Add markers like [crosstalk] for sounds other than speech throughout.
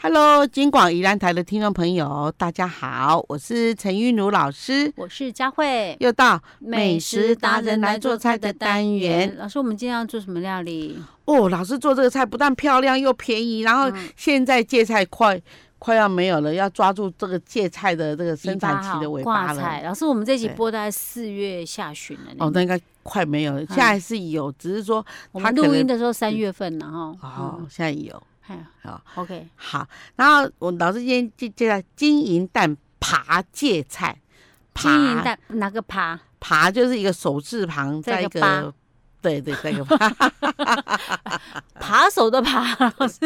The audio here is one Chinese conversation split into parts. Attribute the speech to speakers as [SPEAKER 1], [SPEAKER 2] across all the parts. [SPEAKER 1] Hello，金广宜兰台的听众朋友，大家好，我是陈玉茹老师，
[SPEAKER 2] 我是佳慧，
[SPEAKER 1] 又到美食达人来做菜的单元。
[SPEAKER 2] 老师，我们今天要做什么料理？
[SPEAKER 1] 哦。老师做这个菜不但漂亮又便宜，然后
[SPEAKER 2] 嗯
[SPEAKER 1] 现在芥菜快、快要没有了，要抓住这个芥菜的这个生产期的尾巴
[SPEAKER 2] 挂
[SPEAKER 1] 了
[SPEAKER 2] 菜。。老师，我们这集
[SPEAKER 1] 对
[SPEAKER 2] 播大概四月下旬了呢。
[SPEAKER 1] 哦，那应该快没有了，现在还是有，只是说
[SPEAKER 2] 我
[SPEAKER 1] 它
[SPEAKER 2] 们
[SPEAKER 1] 可
[SPEAKER 2] 录
[SPEAKER 1] 能嗯
[SPEAKER 2] 音的时候三月份然后
[SPEAKER 1] 哦，现在有
[SPEAKER 2] 哎
[SPEAKER 1] 好。
[SPEAKER 2] ，OK，
[SPEAKER 1] 好，然后我老师今天介介绍金银蛋扒芥菜，
[SPEAKER 2] 金银蛋哪个爬？
[SPEAKER 1] 扒就是一个手字旁
[SPEAKER 2] 再
[SPEAKER 1] 再
[SPEAKER 2] 一
[SPEAKER 1] 一
[SPEAKER 2] 个
[SPEAKER 1] 个，对对，再一个扒。呃
[SPEAKER 2] 扒手的扒，老师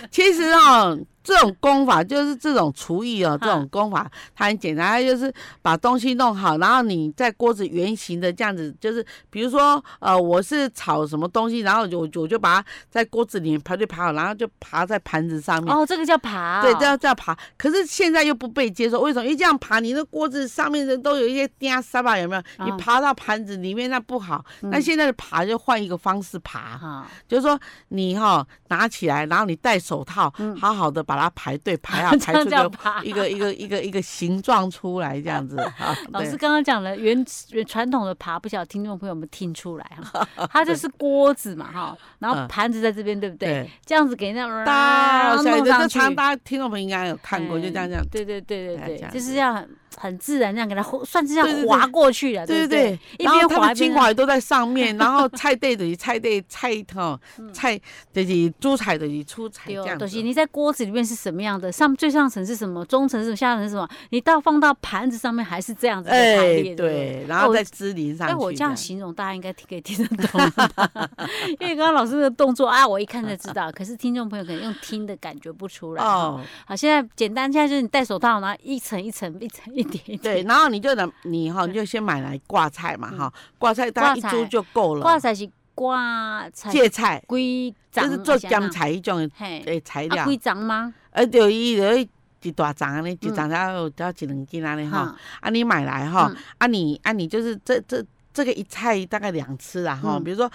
[SPEAKER 1] [laughs] 其实哦，这种功法就是这种厨艺哦，这种功法它很简单，它就是把东西弄好，然后你在锅子圆形的这样子，就是比如说呃，我是炒什么东西，然后我就我就把它在锅子里面排队排好，然后就爬在盘子上面。
[SPEAKER 2] 哦，这个叫爬哦。
[SPEAKER 1] [laughs] 对，这样这样爬，可是现在又不被接受，为什么？因为这样爬，你那锅子上面的都有一些嗲沙吧，有没有？你
[SPEAKER 2] 啊
[SPEAKER 1] 爬到盘子里面那不好。那
[SPEAKER 2] 嗯
[SPEAKER 1] 现在的爬就换一个方式爬， [laughs]
[SPEAKER 2] 好，
[SPEAKER 1] 就是说你哈、拿起来，然后你戴手套，
[SPEAKER 2] 嗯
[SPEAKER 1] 好好的把它排队排好，
[SPEAKER 2] [laughs] 这
[SPEAKER 1] 排
[SPEAKER 2] 样
[SPEAKER 1] 出
[SPEAKER 2] 叫
[SPEAKER 1] 个
[SPEAKER 2] 爬。
[SPEAKER 1] 一个一个一个一个形状出来，这样子。啊
[SPEAKER 2] [laughs] 老师
[SPEAKER 1] 对
[SPEAKER 2] 刚刚讲了原原传统的爬，不晓得听众朋友们听出来
[SPEAKER 1] [laughs]
[SPEAKER 2] 哈，它就是锅子嘛哈，然后
[SPEAKER 1] 嗯
[SPEAKER 2] 盘子在这边，对不对？
[SPEAKER 1] 对，
[SPEAKER 2] 这样子给那
[SPEAKER 1] 大
[SPEAKER 2] 啊弄
[SPEAKER 1] 小的这
[SPEAKER 2] 上
[SPEAKER 1] 常
[SPEAKER 2] 去，
[SPEAKER 1] 大家听众朋友应该有看过，
[SPEAKER 2] 哎
[SPEAKER 1] 就这样这样。
[SPEAKER 2] 对对对
[SPEAKER 1] 哎
[SPEAKER 2] 对
[SPEAKER 1] 这
[SPEAKER 2] 对，
[SPEAKER 1] 样
[SPEAKER 2] 就是
[SPEAKER 1] 子
[SPEAKER 2] 这样很很自然，这样给它划算是这
[SPEAKER 1] 对对
[SPEAKER 2] 样
[SPEAKER 1] 对
[SPEAKER 2] 滑过去的，
[SPEAKER 1] 对对
[SPEAKER 2] 不对，
[SPEAKER 1] 对，
[SPEAKER 2] 一
[SPEAKER 1] 然后
[SPEAKER 2] 边
[SPEAKER 1] 它
[SPEAKER 2] 滑
[SPEAKER 1] 的
[SPEAKER 2] 一边
[SPEAKER 1] 精华也都在上
[SPEAKER 2] [laughs]
[SPEAKER 1] 面，然后菜地就是菜地菜头
[SPEAKER 2] 嗯
[SPEAKER 1] 菜就是猪菜就是出菜这
[SPEAKER 2] 丢，
[SPEAKER 1] 样
[SPEAKER 2] 东西
[SPEAKER 1] 子。
[SPEAKER 2] 你在锅子里面是什么样的？上最上层是什么？中层是什么？下层是什么？你到放到盘子上面还是这样子的排列，不。
[SPEAKER 1] 哎对，然
[SPEAKER 2] 哦
[SPEAKER 1] 后
[SPEAKER 2] 我
[SPEAKER 1] 再支淋上
[SPEAKER 2] 哎，
[SPEAKER 1] 去。
[SPEAKER 2] 我这样
[SPEAKER 1] 子
[SPEAKER 2] 形容，大家应该可以听得懂吧，
[SPEAKER 1] [laughs]
[SPEAKER 2] 因为刚刚老师的动作啊，我一看就知道。可是听众朋友可能用听的感觉不出来。哦，
[SPEAKER 1] 哦，
[SPEAKER 2] 好，现在简单，现在就是你戴手套，然后一层一层、一层一点一
[SPEAKER 1] 对，
[SPEAKER 2] 点。
[SPEAKER 1] 然后你就能你哈，你就先买来挂菜嘛哈，挂菜大概一
[SPEAKER 2] 嗯挂
[SPEAKER 1] 株
[SPEAKER 2] 菜
[SPEAKER 1] 就够了。
[SPEAKER 2] 挂才是挂才
[SPEAKER 1] 芥菜
[SPEAKER 2] 规
[SPEAKER 1] 就
[SPEAKER 2] 章，
[SPEAKER 1] 是做
[SPEAKER 2] 还怎样
[SPEAKER 1] 姜，菜一种的
[SPEAKER 2] 啊嘿，
[SPEAKER 1] 诶材
[SPEAKER 2] 啊
[SPEAKER 1] 料
[SPEAKER 2] 规，章吗？
[SPEAKER 1] 而就伊就一大丛安尼，
[SPEAKER 2] 嗯
[SPEAKER 1] 一丛才有才有一两斤安尼哈。
[SPEAKER 2] 哈，
[SPEAKER 1] 啊，你买来哈
[SPEAKER 2] 嗯，
[SPEAKER 1] 啊你啊你就是这这这个一菜大概两次啦哈，
[SPEAKER 2] 嗯
[SPEAKER 1] 比如说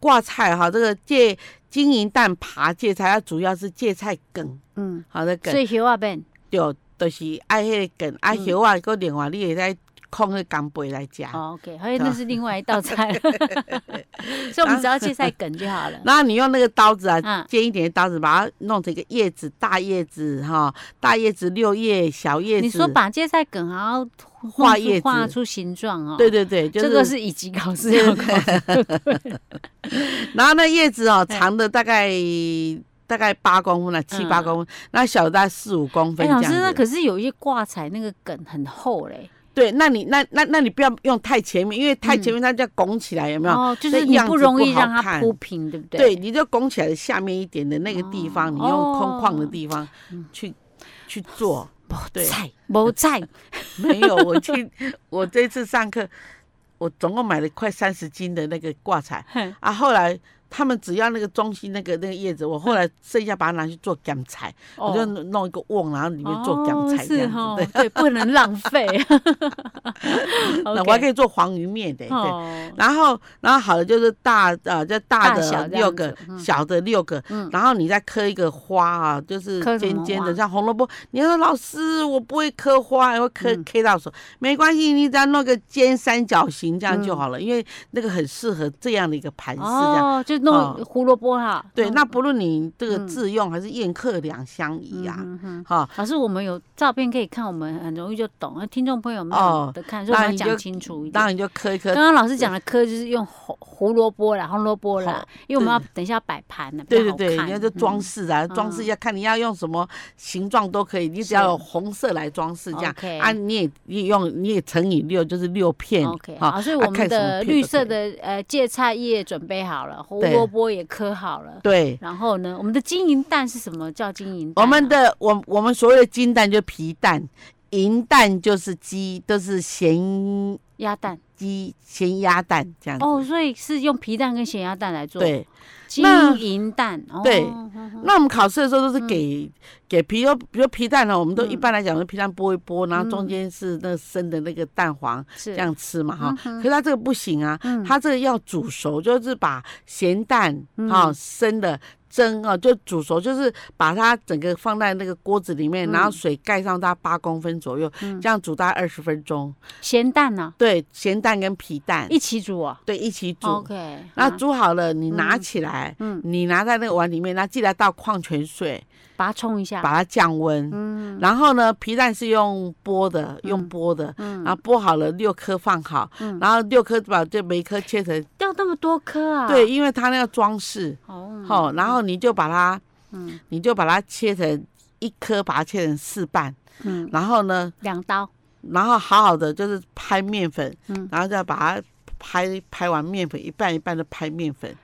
[SPEAKER 1] 挂菜哈，这个芥金银蛋扒芥菜，它主要是芥菜梗，
[SPEAKER 2] 嗯，
[SPEAKER 1] 好的
[SPEAKER 2] 所
[SPEAKER 1] 梗，
[SPEAKER 2] 以小阿Ben，
[SPEAKER 1] 就就是爱迄个梗，啊
[SPEAKER 2] 嗯
[SPEAKER 1] 叶啊，佮另外你会使控个干贝来食。
[SPEAKER 2] 哦，OK，还有那是另外一道 [laughs] 菜了，所以我们只要芥菜梗就好了。
[SPEAKER 1] 然后你用那个刀子啊，
[SPEAKER 2] 嗯
[SPEAKER 1] 尖一点的刀子，把它弄成一个叶子，大叶子哈，大叶子、六叶、小叶子。
[SPEAKER 2] 你说把芥菜梗然后画
[SPEAKER 1] 画
[SPEAKER 2] 出
[SPEAKER 1] 叶子
[SPEAKER 2] 画出形状哦，
[SPEAKER 1] 对对对，就是、
[SPEAKER 2] 这个是以及考试要 [laughs] 考的，
[SPEAKER 1] [laughs] 然后那叶子哦，
[SPEAKER 2] 哎
[SPEAKER 1] 长的大概大概八公分了，啊七八公分，那小的大概四五公分
[SPEAKER 2] 嗯哎，
[SPEAKER 1] 这
[SPEAKER 2] 老
[SPEAKER 1] 样
[SPEAKER 2] 师，那
[SPEAKER 1] 子。
[SPEAKER 2] 可是有一些挂彩那个梗很厚嘞，
[SPEAKER 1] 对，那你那那那你不要用太前面，因为太
[SPEAKER 2] 嗯
[SPEAKER 1] 前面它就要拱起来，有没有？
[SPEAKER 2] 哦，就是
[SPEAKER 1] 那
[SPEAKER 2] 你
[SPEAKER 1] 样子
[SPEAKER 2] 不容易
[SPEAKER 1] 不好
[SPEAKER 2] 让它
[SPEAKER 1] 看
[SPEAKER 2] 铺平，对不
[SPEAKER 1] 对，
[SPEAKER 2] 对？
[SPEAKER 1] 你就拱起来的下面一点的那个地方，
[SPEAKER 2] 哦
[SPEAKER 1] 你用空旷的
[SPEAKER 2] 哦
[SPEAKER 1] 地方
[SPEAKER 2] 嗯
[SPEAKER 1] 去、去做。对
[SPEAKER 2] 对，哦菜某菜，
[SPEAKER 1] 没有，我去，我这次上课，我总共买了快三十斤的那个挂彩
[SPEAKER 2] [laughs] 嘿
[SPEAKER 1] 啊。后来他们只要那个中心那个那个叶子，我后来剩下把它拿去做干菜，我就
[SPEAKER 2] 哦
[SPEAKER 1] 弄弄一个瓮，然后里面做干菜这
[SPEAKER 2] 是
[SPEAKER 1] 样子。
[SPEAKER 2] 哦
[SPEAKER 1] 对，，
[SPEAKER 2] 对，不能浪
[SPEAKER 1] [laughs]
[SPEAKER 2] 费。
[SPEAKER 1] 那我还可
[SPEAKER 2] 以
[SPEAKER 1] 以做黄鱼面的。对。
[SPEAKER 2] 哦，
[SPEAKER 1] 然后，然后好的就是大呃，就大
[SPEAKER 2] 大小
[SPEAKER 1] 的
[SPEAKER 2] 这样
[SPEAKER 1] 六个
[SPEAKER 2] 子，嗯
[SPEAKER 1] 小的六个，
[SPEAKER 2] 嗯
[SPEAKER 1] 然后你再刻一个花啊，就是
[SPEAKER 2] 刻什
[SPEAKER 1] 尖
[SPEAKER 2] 么
[SPEAKER 1] 尖的，
[SPEAKER 2] 花
[SPEAKER 1] 像红萝卜。你说老师，我不会刻花，我刻
[SPEAKER 2] 嗯
[SPEAKER 1] K 到手，没关系，你只要弄个尖三角形这样就
[SPEAKER 2] 嗯
[SPEAKER 1] 好了，因为那个很适合这样的一个盘式这样。
[SPEAKER 2] 哦，就弄
[SPEAKER 1] 哦
[SPEAKER 2] 胡萝卜哈，嗯
[SPEAKER 1] 对，
[SPEAKER 2] 弄
[SPEAKER 1] 那不论你这个
[SPEAKER 2] 嗯
[SPEAKER 1] 自用还是宴客两相宜啊，
[SPEAKER 2] 嗯哼哼
[SPEAKER 1] 哈，
[SPEAKER 2] 老师，我们有照片可以看，我们很容易就懂。那听众朋友没
[SPEAKER 1] 哦
[SPEAKER 2] 有的看，所以我
[SPEAKER 1] 那
[SPEAKER 2] 们要
[SPEAKER 1] 你
[SPEAKER 2] 讲
[SPEAKER 1] 就
[SPEAKER 2] 清楚一
[SPEAKER 1] 当
[SPEAKER 2] 点。
[SPEAKER 1] 然你就刻一刻
[SPEAKER 2] 刚。刚老师讲的科就是用胡胡萝卜啦、红萝卜啦
[SPEAKER 1] 好，
[SPEAKER 2] 因为我们要
[SPEAKER 1] 对
[SPEAKER 2] 等一下摆盘的，
[SPEAKER 1] 对对
[SPEAKER 2] 比较
[SPEAKER 1] 对，
[SPEAKER 2] 好看
[SPEAKER 1] 人家就装。饰啊，
[SPEAKER 2] 嗯
[SPEAKER 1] 装饰一下，看你要用什么形状都可以，你只
[SPEAKER 2] 是
[SPEAKER 1] 要有红色来装饰这样
[SPEAKER 2] 嗯 OK
[SPEAKER 1] 啊，你也你也用你也乘以六，就是六片
[SPEAKER 2] OK，
[SPEAKER 1] 哈
[SPEAKER 2] 好，所以
[SPEAKER 1] 啊
[SPEAKER 2] 我
[SPEAKER 1] 看
[SPEAKER 2] 们
[SPEAKER 1] 什么
[SPEAKER 2] 的
[SPEAKER 1] 片
[SPEAKER 2] 绿
[SPEAKER 1] 都
[SPEAKER 2] 色
[SPEAKER 1] 可
[SPEAKER 2] 的呃芥菜叶准备好了，胡
[SPEAKER 1] 对
[SPEAKER 2] 萝卜也磕好了。
[SPEAKER 1] 对，
[SPEAKER 2] 然后呢，我们的金银蛋是什么叫金银蛋
[SPEAKER 1] 我
[SPEAKER 2] 啊？
[SPEAKER 1] 们的我我们所谓的金蛋就是皮蛋，银蛋就是鸡，都是咸
[SPEAKER 2] 鸭蛋
[SPEAKER 1] 鸡咸鸭蛋这样子。
[SPEAKER 2] 哦，所以是用皮蛋跟咸鸭蛋来做。，
[SPEAKER 1] 对，
[SPEAKER 2] 金
[SPEAKER 1] 那
[SPEAKER 2] 银蛋。哦
[SPEAKER 1] 对
[SPEAKER 2] 哼哼
[SPEAKER 1] 那我们考试的时候都是给、给皮，肉，比如皮蛋呢，我们都
[SPEAKER 2] 嗯
[SPEAKER 1] 一般来讲，皮蛋剥一剥，然后中
[SPEAKER 2] 嗯
[SPEAKER 1] 间是那个生的那个蛋黄，
[SPEAKER 2] 是
[SPEAKER 1] 这样吃嘛哈。
[SPEAKER 2] 嗯哼
[SPEAKER 1] 可是它这个不行啊，
[SPEAKER 2] 嗯
[SPEAKER 1] 它这个要煮熟，就是把咸蛋
[SPEAKER 2] 嗯
[SPEAKER 1] 哈、生的蒸啊，就煮熟，就是把它整个放在那个锅子里面，
[SPEAKER 2] 嗯
[SPEAKER 1] 然后水盖上大概八公分左右，
[SPEAKER 2] 嗯
[SPEAKER 1] 这样煮大概二十分钟。
[SPEAKER 2] 咸蛋呢、
[SPEAKER 1] 对，咸蛋跟皮蛋
[SPEAKER 2] 一起煮啊。
[SPEAKER 1] 对一起煮。
[SPEAKER 2] OK，
[SPEAKER 1] 那
[SPEAKER 2] 啊
[SPEAKER 1] 煮好了，你拿
[SPEAKER 2] 嗯
[SPEAKER 1] 起来，
[SPEAKER 2] 嗯，
[SPEAKER 1] 你拿在那个碗里面，那记得倒矿泉水，
[SPEAKER 2] 把它冲一下。
[SPEAKER 1] 把它降温。
[SPEAKER 2] 嗯
[SPEAKER 1] 然后呢，皮蛋是用剥的，用
[SPEAKER 2] 嗯
[SPEAKER 1] 剥的，
[SPEAKER 2] 嗯，
[SPEAKER 1] 然后剥好了六颗放好，
[SPEAKER 2] 嗯
[SPEAKER 1] 然后六颗把这每一颗切成，
[SPEAKER 2] 掉那么多颗啊？
[SPEAKER 1] 对，，因为它那个装饰，
[SPEAKER 2] 哦，
[SPEAKER 1] 好、然后你就把它，
[SPEAKER 2] 嗯
[SPEAKER 1] 你就把它切成一颗，把它切成四瓣，
[SPEAKER 2] 嗯，
[SPEAKER 1] 然后呢，
[SPEAKER 2] 两刀，
[SPEAKER 1] 然后好好的就是拍面粉，
[SPEAKER 2] 嗯，
[SPEAKER 1] 然后再把它拍拍完面粉，一半一半的拍面粉，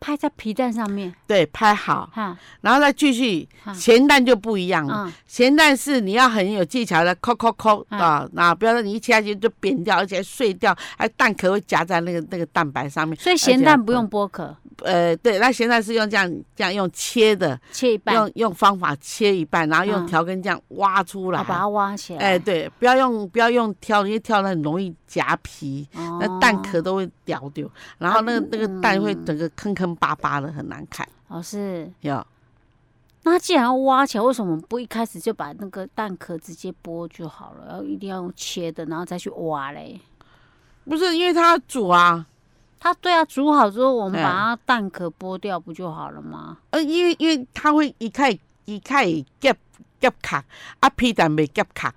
[SPEAKER 2] 拍在皮蛋上面，
[SPEAKER 1] 对，拍好，
[SPEAKER 2] 哈，
[SPEAKER 1] 然后再继续
[SPEAKER 2] 啊
[SPEAKER 1] 咸蛋就不一样了。
[SPEAKER 2] 嗯，
[SPEAKER 1] 咸蛋是你要很有技巧的，抠抠抠
[SPEAKER 2] 嗯
[SPEAKER 1] 啊，那不要让你一切下去就扁掉，而且还碎掉，还蛋壳会夹在那个那个蛋白上面。
[SPEAKER 2] 所以
[SPEAKER 1] 而
[SPEAKER 2] 咸
[SPEAKER 1] 且
[SPEAKER 2] 蛋不用剥壳，
[SPEAKER 1] 呃，对，那咸蛋是用这样这样用切的，
[SPEAKER 2] 切一半，
[SPEAKER 1] 用用方法切一半，然后用
[SPEAKER 2] 嗯哦
[SPEAKER 1] 调羹这样挖出来
[SPEAKER 2] 好。把它挖起来。
[SPEAKER 1] 哎、，对，不要用不要用挑，因为挑的很容易夹皮，
[SPEAKER 2] 哦
[SPEAKER 1] 那蛋壳都会掉掉，然后那
[SPEAKER 2] 啊嗯
[SPEAKER 1] 个、那个蛋会整个坑坑巴巴的，很难看。
[SPEAKER 2] 哦是。
[SPEAKER 1] 有，
[SPEAKER 2] 那它既然要挖起来，为什么不一开始就把那个蛋壳直接剥就好了？然后一定要用切的，然后再去挖嘞？
[SPEAKER 1] 不是因为它要煮啊，
[SPEAKER 2] 它对啊，煮好之后我们
[SPEAKER 1] 嗯
[SPEAKER 2] 把它蛋壳剥掉不就好了吗？
[SPEAKER 1] 呃，因为因为它会一开一开夹夹卡，啊皮蛋没夹卡，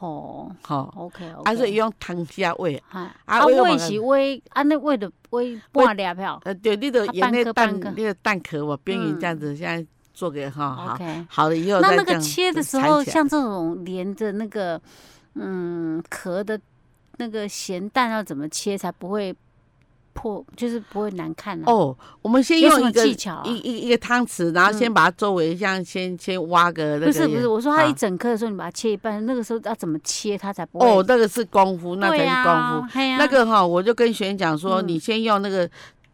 [SPEAKER 2] 哦
[SPEAKER 1] 吼、
[SPEAKER 2] ，OK
[SPEAKER 1] 啊所以
[SPEAKER 2] OK，
[SPEAKER 1] 用汤汁啊喂，
[SPEAKER 2] 啊，
[SPEAKER 1] 啊
[SPEAKER 2] 啊
[SPEAKER 1] 为什么
[SPEAKER 2] 喂是喂啊那喂的喂半两票
[SPEAKER 1] 呃对，那个
[SPEAKER 2] 啊
[SPEAKER 1] 沿那个
[SPEAKER 2] 半
[SPEAKER 1] 蛋
[SPEAKER 2] 颗半颗
[SPEAKER 1] 那个蛋壳我边缘
[SPEAKER 2] 嗯
[SPEAKER 1] 这样子，现在做给哈啊好
[SPEAKER 2] ，OK。
[SPEAKER 1] 好了以后
[SPEAKER 2] 那
[SPEAKER 1] 再
[SPEAKER 2] 那
[SPEAKER 1] 这
[SPEAKER 2] 个
[SPEAKER 1] 样
[SPEAKER 2] 切的
[SPEAKER 1] 子
[SPEAKER 2] 时
[SPEAKER 1] 缠
[SPEAKER 2] 候，
[SPEAKER 1] 起来
[SPEAKER 2] 像这种连着那个嗯壳的那个咸蛋要怎么切才不会破，就是不会难看呢、
[SPEAKER 1] 哦，我们先
[SPEAKER 2] 嗯有什
[SPEAKER 1] 用
[SPEAKER 2] 么
[SPEAKER 1] 一个
[SPEAKER 2] 技巧啊嗯
[SPEAKER 1] 一一一个汤匙，然后先把它周围像先先挖个那个。
[SPEAKER 2] 不是不是，我说它
[SPEAKER 1] 好
[SPEAKER 2] 一整颗的时候，你把它切一半，那个时候要怎么切它才不会？
[SPEAKER 1] 哦，那个是功夫，那才
[SPEAKER 2] 对
[SPEAKER 1] 是
[SPEAKER 2] 呀、
[SPEAKER 1] 功夫。
[SPEAKER 2] 嘿呀、
[SPEAKER 1] 那个哈，我就跟学员讲说，
[SPEAKER 2] 嗯
[SPEAKER 1] 你先用那个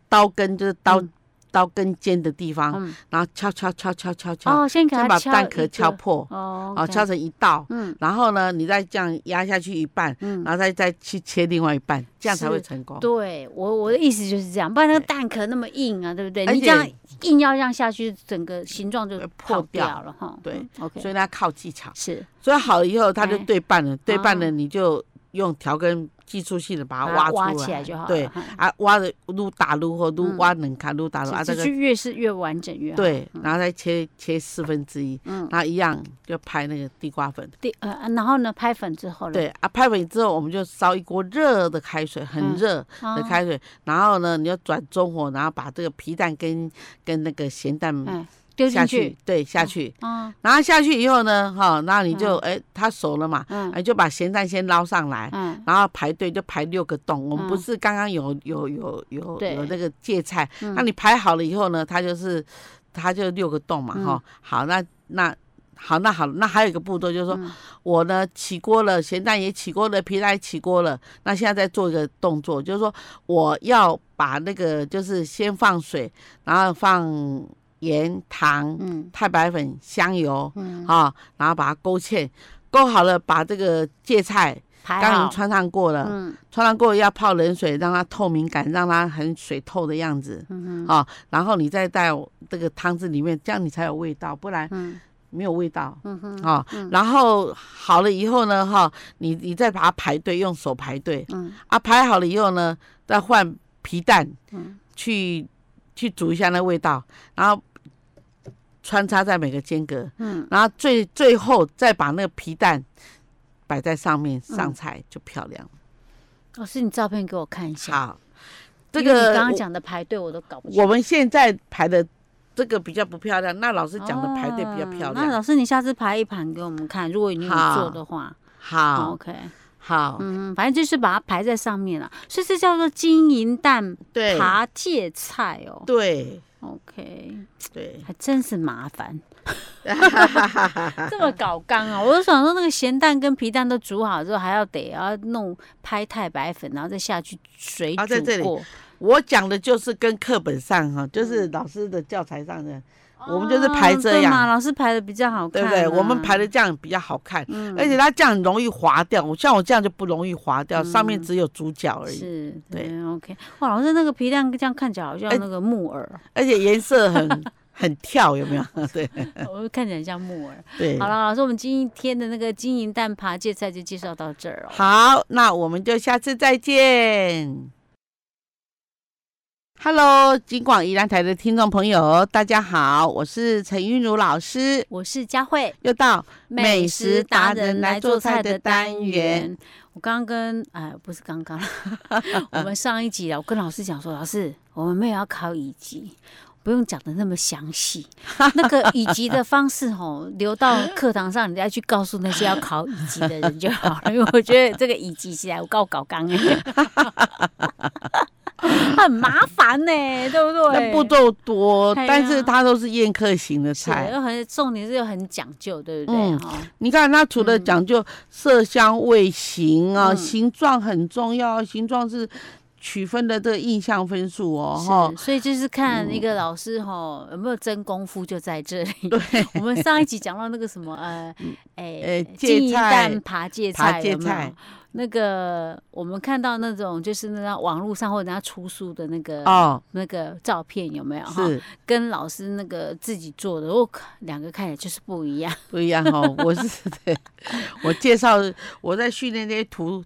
[SPEAKER 1] 刀根，就是刀
[SPEAKER 2] 嗯
[SPEAKER 1] 刀根尖的地方，
[SPEAKER 2] 嗯
[SPEAKER 1] 然后敲敲敲敲敲敲，
[SPEAKER 2] 哦，先给
[SPEAKER 1] 先
[SPEAKER 2] 它
[SPEAKER 1] 把
[SPEAKER 2] 敲
[SPEAKER 1] 蛋
[SPEAKER 2] 一
[SPEAKER 1] 壳
[SPEAKER 2] 个
[SPEAKER 1] 敲破，
[SPEAKER 2] 哦，
[SPEAKER 1] 哦，敲成一道，
[SPEAKER 2] 嗯
[SPEAKER 1] 然后呢，你再这样压下去一半，
[SPEAKER 2] 嗯
[SPEAKER 1] 然，后再再去切另外一半，这样才会
[SPEAKER 2] 是
[SPEAKER 1] 成功。
[SPEAKER 2] 对我我的意思就是这样，不然那个蛋壳那么硬啊，对不对？
[SPEAKER 1] 而
[SPEAKER 2] 你这样
[SPEAKER 1] 且
[SPEAKER 2] 硬要让下去，整个形状就
[SPEAKER 1] 哎呃
[SPEAKER 2] 跑
[SPEAKER 1] 破掉
[SPEAKER 2] 掉了哈。
[SPEAKER 1] 对
[SPEAKER 2] 嗯，OK，
[SPEAKER 1] 所以它靠技巧。
[SPEAKER 2] 是
[SPEAKER 1] 所以好了以后，它就
[SPEAKER 2] 哎
[SPEAKER 1] 对半了，对半
[SPEAKER 2] 哦
[SPEAKER 1] 了你就用调羹技术性的把它
[SPEAKER 2] 把
[SPEAKER 1] 挖
[SPEAKER 2] 它挖
[SPEAKER 1] 出
[SPEAKER 2] 起来就好了。
[SPEAKER 1] 对，
[SPEAKER 2] 哈
[SPEAKER 1] 啊，挖的撸打撸或撸
[SPEAKER 2] 嗯
[SPEAKER 1] 挖能卡撸打撸啊，
[SPEAKER 2] 只
[SPEAKER 1] 这
[SPEAKER 2] 只
[SPEAKER 1] 个
[SPEAKER 2] 是越是越完整越好。，
[SPEAKER 1] 对，然后再切切四分之一，
[SPEAKER 2] 啊嗯，
[SPEAKER 1] 然后一样就拍那个地瓜粉。
[SPEAKER 2] 第呃，啊然后呢，拍粉之后呢，
[SPEAKER 1] 对啊，拍粉之后我们就烧一锅热的开水，很
[SPEAKER 2] 嗯
[SPEAKER 1] 热
[SPEAKER 2] 啊，
[SPEAKER 1] 的开水，然后呢你就转中火，然后把这个皮蛋跟跟那个咸蛋
[SPEAKER 2] 嗯，丢
[SPEAKER 1] 下
[SPEAKER 2] 进去，，
[SPEAKER 1] 对，下去，
[SPEAKER 2] 啊，
[SPEAKER 1] 然后下去以后呢，哈，然后你就哎它熟了嘛，
[SPEAKER 2] 嗯
[SPEAKER 1] 哎就把咸蛋先捞上来，
[SPEAKER 2] 嗯
[SPEAKER 1] 然后排队就排六个洞。我们不
[SPEAKER 2] 嗯
[SPEAKER 1] 是刚刚有有有有
[SPEAKER 2] 对
[SPEAKER 1] 有那个芥菜，
[SPEAKER 2] 嗯
[SPEAKER 1] 那你排好了以后呢，它就是它就六个洞
[SPEAKER 2] 嗯
[SPEAKER 1] 嘛，哈、好，那那。好，那好，那还有一个步骤就是说，
[SPEAKER 2] 嗯
[SPEAKER 1] 我呢起锅了，咸蛋也起锅了，皮蛋也起锅了。那现在再做一个动作，就是说我要把那个就是先放水，然后放盐、糖、
[SPEAKER 2] 嗯
[SPEAKER 1] 太白粉、香油，
[SPEAKER 2] 嗯，
[SPEAKER 1] 啊、然后把它勾芡，勾好了，把这个芥菜
[SPEAKER 2] 排
[SPEAKER 1] 刚已经
[SPEAKER 2] 哎好，
[SPEAKER 1] 穿上过了，
[SPEAKER 2] 嗯
[SPEAKER 1] 穿上过要泡冷水，让它透明感，让它很水透的样子
[SPEAKER 2] 嗯
[SPEAKER 1] 啊、然后你再带这个汤汁里面，这样你才有味道，不然
[SPEAKER 2] 嗯
[SPEAKER 1] 没有味道
[SPEAKER 2] 嗯哼，
[SPEAKER 1] 啊、然后好了以后呢，哈、你你再把它排队，用手排队
[SPEAKER 2] 嗯
[SPEAKER 1] 啊，排好了以后呢，再换皮蛋
[SPEAKER 2] 嗯，
[SPEAKER 1] 去去煮一下那味道，然后穿插在每个间隔，
[SPEAKER 2] 嗯，
[SPEAKER 1] 然后最最后再把那个皮蛋摆在上面
[SPEAKER 2] 嗯
[SPEAKER 1] 上菜、就漂亮了。
[SPEAKER 2] 老哦师，你照片给我看一下。
[SPEAKER 1] 好，这
[SPEAKER 2] 因为
[SPEAKER 1] 个
[SPEAKER 2] 你刚刚
[SPEAKER 1] 我
[SPEAKER 2] 讲的排队我都搞不清
[SPEAKER 1] 我们现在排的这个比较不漂亮，那老师讲的排队比较漂
[SPEAKER 2] 哦那
[SPEAKER 1] 亮。
[SPEAKER 2] 老师，你下次排一盘给我们看，如果你有
[SPEAKER 1] 好
[SPEAKER 2] 做的话哦
[SPEAKER 1] 好
[SPEAKER 2] ，OK，
[SPEAKER 1] 好，
[SPEAKER 2] 嗯，反正就是把它排在上面了，所以这叫做金银蛋
[SPEAKER 1] 对
[SPEAKER 2] 扒芥菜哦。
[SPEAKER 1] 对
[SPEAKER 2] OK，
[SPEAKER 1] 对，
[SPEAKER 2] 还真是麻
[SPEAKER 1] [laughs]
[SPEAKER 2] 烦，这么搞刚啊！我就想说，那个咸蛋跟皮蛋都煮好之后，还要得要弄拍太白粉，然后再下去水
[SPEAKER 1] 啊在这里
[SPEAKER 2] 煮过。嗯
[SPEAKER 1] 我讲的就是跟课本上哈，就是老师的教材上的
[SPEAKER 2] 哦
[SPEAKER 1] 我们就是排这
[SPEAKER 2] 对嘛，
[SPEAKER 1] 样，
[SPEAKER 2] 老师排的比较好
[SPEAKER 1] 对
[SPEAKER 2] 看、啊
[SPEAKER 1] 不对？我们排的，这样比较好看，
[SPEAKER 2] 嗯
[SPEAKER 1] 而且它这样很容易滑掉。我像我这样就不容易滑掉，上面
[SPEAKER 2] 嗯
[SPEAKER 1] 只有主角而已，
[SPEAKER 2] 是，
[SPEAKER 1] 对
[SPEAKER 2] 对，OK。哇，老师那个皮蛋这样看起来好像
[SPEAKER 1] 哎
[SPEAKER 2] 那个木耳，
[SPEAKER 1] 而且颜色
[SPEAKER 2] [laughs]
[SPEAKER 1] 很很跳，有没有？对
[SPEAKER 2] 我哦看起来很像木耳。
[SPEAKER 1] 嗯对。
[SPEAKER 2] 好了，老师，我们今天的那个金银蛋扒芥菜就介绍到这儿哦。
[SPEAKER 1] 好，那我们就下次再见。Hello，金广宜兰台的听众朋友，大家好，我是陈韵如老师，
[SPEAKER 2] 我是佳慧，
[SPEAKER 1] 又到
[SPEAKER 2] 美食达人来做菜的单元。我刚刚跟哎，不是刚刚， [laughs] 我们上一集啊了，我跟老师讲说，老师，我们没有要考乙级。不用讲的那么详 [laughs] 细，那个乙级的方式吼，留到课堂上，你再去告诉那些要考乙级的人就好 [laughs] 了。因为我觉得这个乙级起来，我告搞纲， [laughs] 很麻烦呢、对不对？
[SPEAKER 1] 那步骤多，
[SPEAKER 2] 哎呀
[SPEAKER 1] 但是它都是宴客型的
[SPEAKER 2] 是啊
[SPEAKER 1] 菜。
[SPEAKER 2] 又很重点是又很讲究，对哦不对？
[SPEAKER 1] 嗯
[SPEAKER 2] 哈、
[SPEAKER 1] 你看，它除了讲究色香味形啊，
[SPEAKER 2] 嗯
[SPEAKER 1] 形状很重要，形状是取分的这个印象分数哦，嗯哈
[SPEAKER 2] 是，。所以就是看一个老师吼、有没有真功夫就在这里。我们上一集讲到那个什么呃，
[SPEAKER 1] 呃
[SPEAKER 2] 哎、
[SPEAKER 1] 芥
[SPEAKER 2] 金银
[SPEAKER 1] 菜
[SPEAKER 2] 蛋扒芥
[SPEAKER 1] 扒
[SPEAKER 2] 菜
[SPEAKER 1] 芥
[SPEAKER 2] 有没
[SPEAKER 1] 菜
[SPEAKER 2] 有？那个我们看到那种就是那个网络上或者人家出书的那个、
[SPEAKER 1] 哦，
[SPEAKER 2] 那个照片有没有？哈，
[SPEAKER 1] 是
[SPEAKER 2] 跟老师那个自己做的，我靠，两个看起来就是不一样。
[SPEAKER 1] 不一样
[SPEAKER 2] [laughs]
[SPEAKER 1] 哦。我是对，我介绍我在训练那些徒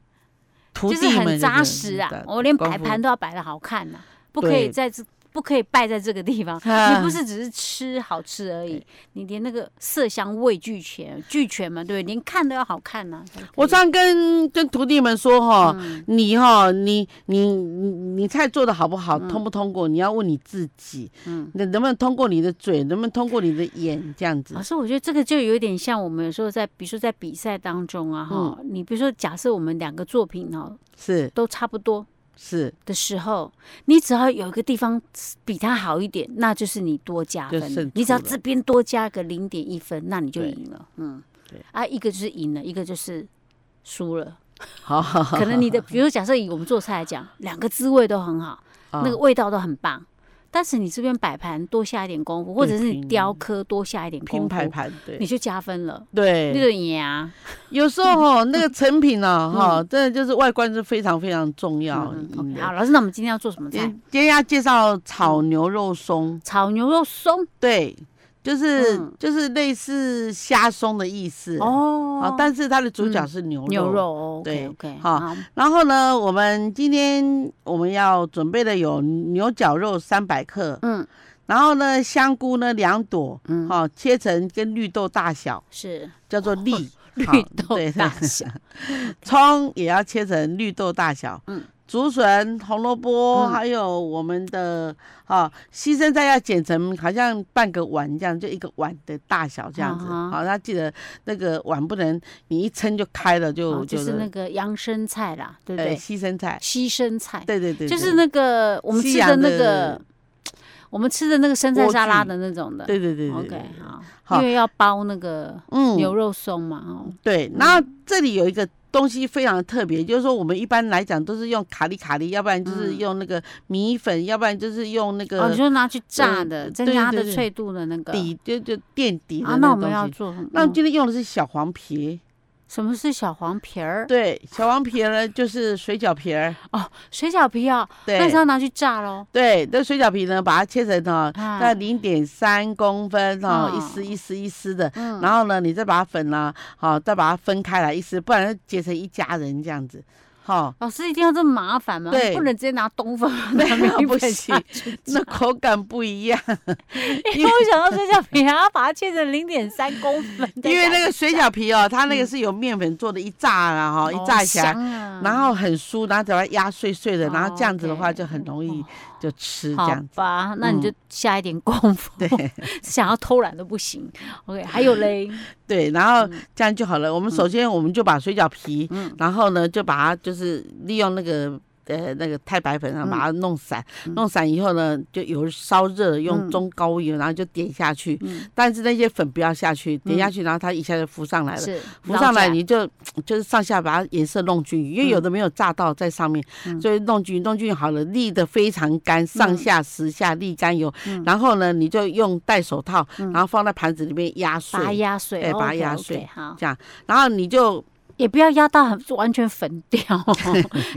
[SPEAKER 1] 徒
[SPEAKER 2] 就是
[SPEAKER 1] 弟
[SPEAKER 2] 很
[SPEAKER 1] 们，
[SPEAKER 2] 扎实啊！我连摆盘
[SPEAKER 1] 都
[SPEAKER 2] 都要摆的好看呐、不可以
[SPEAKER 1] 对
[SPEAKER 2] 在这，不可以败在这个地方。
[SPEAKER 1] 啊
[SPEAKER 2] 你不是只是吃好吃而已，你连那个色香味俱全，俱全嘛，对不对，连看都要好看呐、才可以
[SPEAKER 1] 我常跟跟徒弟们说哈、
[SPEAKER 2] 嗯
[SPEAKER 1] 你哈、你你你你菜做的好不好，
[SPEAKER 2] 嗯
[SPEAKER 1] 通不通过，你要问你自己，
[SPEAKER 2] 嗯。
[SPEAKER 1] 你能不能通过你的嘴，能不能通过你的眼，这样子
[SPEAKER 2] 老。师，我觉得这个就有点像我们有时候在，比如说在比赛当中啊，哈、
[SPEAKER 1] 嗯
[SPEAKER 2] 你比如说假设我们两个作品哦
[SPEAKER 1] 是
[SPEAKER 2] 都差不多
[SPEAKER 1] 是，
[SPEAKER 2] 的时候，你只要有一个地方比他好一点，那就是你多加
[SPEAKER 1] 就
[SPEAKER 2] 分
[SPEAKER 1] 胜
[SPEAKER 2] 了。你只要
[SPEAKER 1] 出了
[SPEAKER 2] 这边多加个零点一分，那你就
[SPEAKER 1] 对
[SPEAKER 2] 赢了。嗯
[SPEAKER 1] 对，
[SPEAKER 2] 啊，一个就是赢了，一个就是输
[SPEAKER 1] [laughs]
[SPEAKER 2] 了。
[SPEAKER 1] 好，
[SPEAKER 2] 可能你的，比如假设以我们做菜来讲，两个滋味都很好，
[SPEAKER 1] 嗯啊
[SPEAKER 2] 那个味道都很棒，但是你这边摆盘多下一点功夫，或者是你
[SPEAKER 1] 拼
[SPEAKER 2] 雕刻多下一点
[SPEAKER 1] 拼
[SPEAKER 2] 功
[SPEAKER 1] 排
[SPEAKER 2] 夫，
[SPEAKER 1] 盘，
[SPEAKER 2] 你
[SPEAKER 1] 对
[SPEAKER 2] 就加分了，那
[SPEAKER 1] 对，
[SPEAKER 2] 就赢啊。
[SPEAKER 1] 有时候哈、那个成品呢、
[SPEAKER 2] [laughs]
[SPEAKER 1] 哈、
[SPEAKER 2] 嗯
[SPEAKER 1] 真的就是外观是非常非常重要。
[SPEAKER 2] 嗯
[SPEAKER 1] 嗯
[SPEAKER 2] ，OK，好，老师，那我们今天要做什么
[SPEAKER 1] 今
[SPEAKER 2] 菜？
[SPEAKER 1] 今天要介绍炒牛肉松，
[SPEAKER 2] 炒牛肉松
[SPEAKER 1] 对，就是、
[SPEAKER 2] 嗯
[SPEAKER 1] 就是类似虾松的意思哦，
[SPEAKER 2] 哦
[SPEAKER 1] 啊，但是它的主角
[SPEAKER 2] 嗯
[SPEAKER 1] 是牛肉。
[SPEAKER 2] 牛肉，OK
[SPEAKER 1] 对
[SPEAKER 2] OK，
[SPEAKER 1] 好，然后呢，我们今天我们要准备的有牛角肉三百克，
[SPEAKER 2] 嗯
[SPEAKER 1] 然后呢，香菇呢两朵，
[SPEAKER 2] 嗯，哦
[SPEAKER 1] 好、切成跟绿豆大小， [laughs]
[SPEAKER 2] 是
[SPEAKER 1] 叫做粒。
[SPEAKER 2] 绿
[SPEAKER 1] 好
[SPEAKER 2] 豆
[SPEAKER 1] 对
[SPEAKER 2] 大
[SPEAKER 1] [laughs]
[SPEAKER 2] 小，
[SPEAKER 1] 葱也要切成绿豆大小，
[SPEAKER 2] 嗯
[SPEAKER 1] 竹笋、红萝卜，
[SPEAKER 2] 嗯
[SPEAKER 1] 还有我们的啊西生菜要剪成好像半个碗这样，就一个碗的大小这样子。
[SPEAKER 2] 啊哈
[SPEAKER 1] 好，那记得那个碗不能你一撑就开了，就、
[SPEAKER 2] 哦就是那个洋生菜啦，对不
[SPEAKER 1] 呃
[SPEAKER 2] 对？
[SPEAKER 1] 西生菜，
[SPEAKER 2] 西生菜，
[SPEAKER 1] 对对对，
[SPEAKER 2] 就是
[SPEAKER 1] 对
[SPEAKER 2] 那个我们
[SPEAKER 1] 西
[SPEAKER 2] 吃的
[SPEAKER 1] 洋
[SPEAKER 2] 那
[SPEAKER 1] 的
[SPEAKER 2] 个，我们吃的那个生菜
[SPEAKER 1] 莴
[SPEAKER 2] 沙拉
[SPEAKER 1] 苣
[SPEAKER 2] 的那种的。
[SPEAKER 1] 对对对对
[SPEAKER 2] OK，
[SPEAKER 1] 对
[SPEAKER 2] 好，
[SPEAKER 1] 好
[SPEAKER 2] 因为要包那个
[SPEAKER 1] 嗯
[SPEAKER 2] 牛肉松嘛，哦，
[SPEAKER 1] 对，那这里有一个东西非常特别，就是说我们一般来讲都是用卡里卡里，要不然就是
[SPEAKER 2] 嗯
[SPEAKER 1] 用那个米粉，要不然就是用那
[SPEAKER 2] 哦，
[SPEAKER 1] 个
[SPEAKER 2] 你就拿去炸
[SPEAKER 1] 呃
[SPEAKER 2] 的，增
[SPEAKER 1] 对
[SPEAKER 2] 加它
[SPEAKER 1] 对
[SPEAKER 2] 的
[SPEAKER 1] 对
[SPEAKER 2] 脆度的那个。
[SPEAKER 1] 底，就就垫底
[SPEAKER 2] 啊，
[SPEAKER 1] 的
[SPEAKER 2] 那
[SPEAKER 1] 那
[SPEAKER 2] 我
[SPEAKER 1] 个
[SPEAKER 2] 们要
[SPEAKER 1] 东西。
[SPEAKER 2] 做什么？
[SPEAKER 1] 那我们
[SPEAKER 2] 嗯
[SPEAKER 1] 今天用的是小黄皮，
[SPEAKER 2] 什么是小黄皮儿？哦
[SPEAKER 1] 对，小黄皮呢就是水饺皮儿，
[SPEAKER 2] 水饺皮啊，那
[SPEAKER 1] 对
[SPEAKER 2] 是要拿去炸喽。
[SPEAKER 1] 对，这水饺皮呢把它切成哦哈，
[SPEAKER 2] 啊
[SPEAKER 1] 在零点三公分哈，
[SPEAKER 2] 嗯
[SPEAKER 1] 一丝一丝一丝的，
[SPEAKER 2] 嗯
[SPEAKER 1] 然后呢你再把它粉啦，好，再把它分开来一丝，不然就结成一家人这样子，
[SPEAKER 2] [laughs]
[SPEAKER 1] 好，
[SPEAKER 2] 老哦师一定要这么麻烦吗？
[SPEAKER 1] 对
[SPEAKER 2] 不能直接拿冬粉
[SPEAKER 1] 没
[SPEAKER 2] 拿米
[SPEAKER 1] 有不
[SPEAKER 2] 粉
[SPEAKER 1] 行
[SPEAKER 2] 下去
[SPEAKER 1] [laughs] 那口感不一
[SPEAKER 2] [laughs]
[SPEAKER 1] 样。
[SPEAKER 2] 因为我想到水饺皮，还要把它切成零点三公分，
[SPEAKER 1] 因为那
[SPEAKER 2] 个
[SPEAKER 1] 个水饺皮哦，它那
[SPEAKER 2] 嗯
[SPEAKER 1] 个是有面粉做的，一炸然
[SPEAKER 2] 哦
[SPEAKER 1] 后一炸起来，然后很酥，然后把它压碎碎的，然后这样子的话
[SPEAKER 2] 啊哦，OK
[SPEAKER 1] 就很容易就吃这
[SPEAKER 2] 好
[SPEAKER 1] 样。嗯
[SPEAKER 2] 吧，那你就下一点功夫。
[SPEAKER 1] 对
[SPEAKER 2] [laughs] 想要偷懒都不行。OK，还有嘞，
[SPEAKER 1] 对，然后
[SPEAKER 2] 嗯
[SPEAKER 1] 这样就好了。我们首先我们就把水饺皮，
[SPEAKER 2] 嗯
[SPEAKER 1] 然后呢就把它就是利用那个呃那个太白粉，
[SPEAKER 2] 嗯
[SPEAKER 1] 然后把它弄散，弄散以后呢，就油烧热，用中高油，然后就点下去。
[SPEAKER 2] 嗯，
[SPEAKER 1] 但是那些粉不要下去，点下去，然后它一下就浮上 [laughs] 来了。
[SPEAKER 2] 是
[SPEAKER 1] 浮上来
[SPEAKER 2] 老
[SPEAKER 1] 你就就是上下把它颜色弄均匀，因为有的没有炸到在上面，
[SPEAKER 2] 嗯
[SPEAKER 1] 所以弄均匀，弄均匀好了，沥得非常干，上下十下沥干油，
[SPEAKER 2] 嗯
[SPEAKER 1] 然后呢，你就用戴手套，
[SPEAKER 2] 嗯
[SPEAKER 1] 然后放在盘子里面压
[SPEAKER 2] 把它
[SPEAKER 1] 碎，
[SPEAKER 2] 压碎，
[SPEAKER 1] 哎把它
[SPEAKER 2] OK，
[SPEAKER 1] 压
[SPEAKER 2] OK，
[SPEAKER 1] 碎
[SPEAKER 2] 好，
[SPEAKER 1] 然后你就
[SPEAKER 2] 也不要压到很完全粉
[SPEAKER 1] [laughs]
[SPEAKER 2] 掉 [laughs] 哦，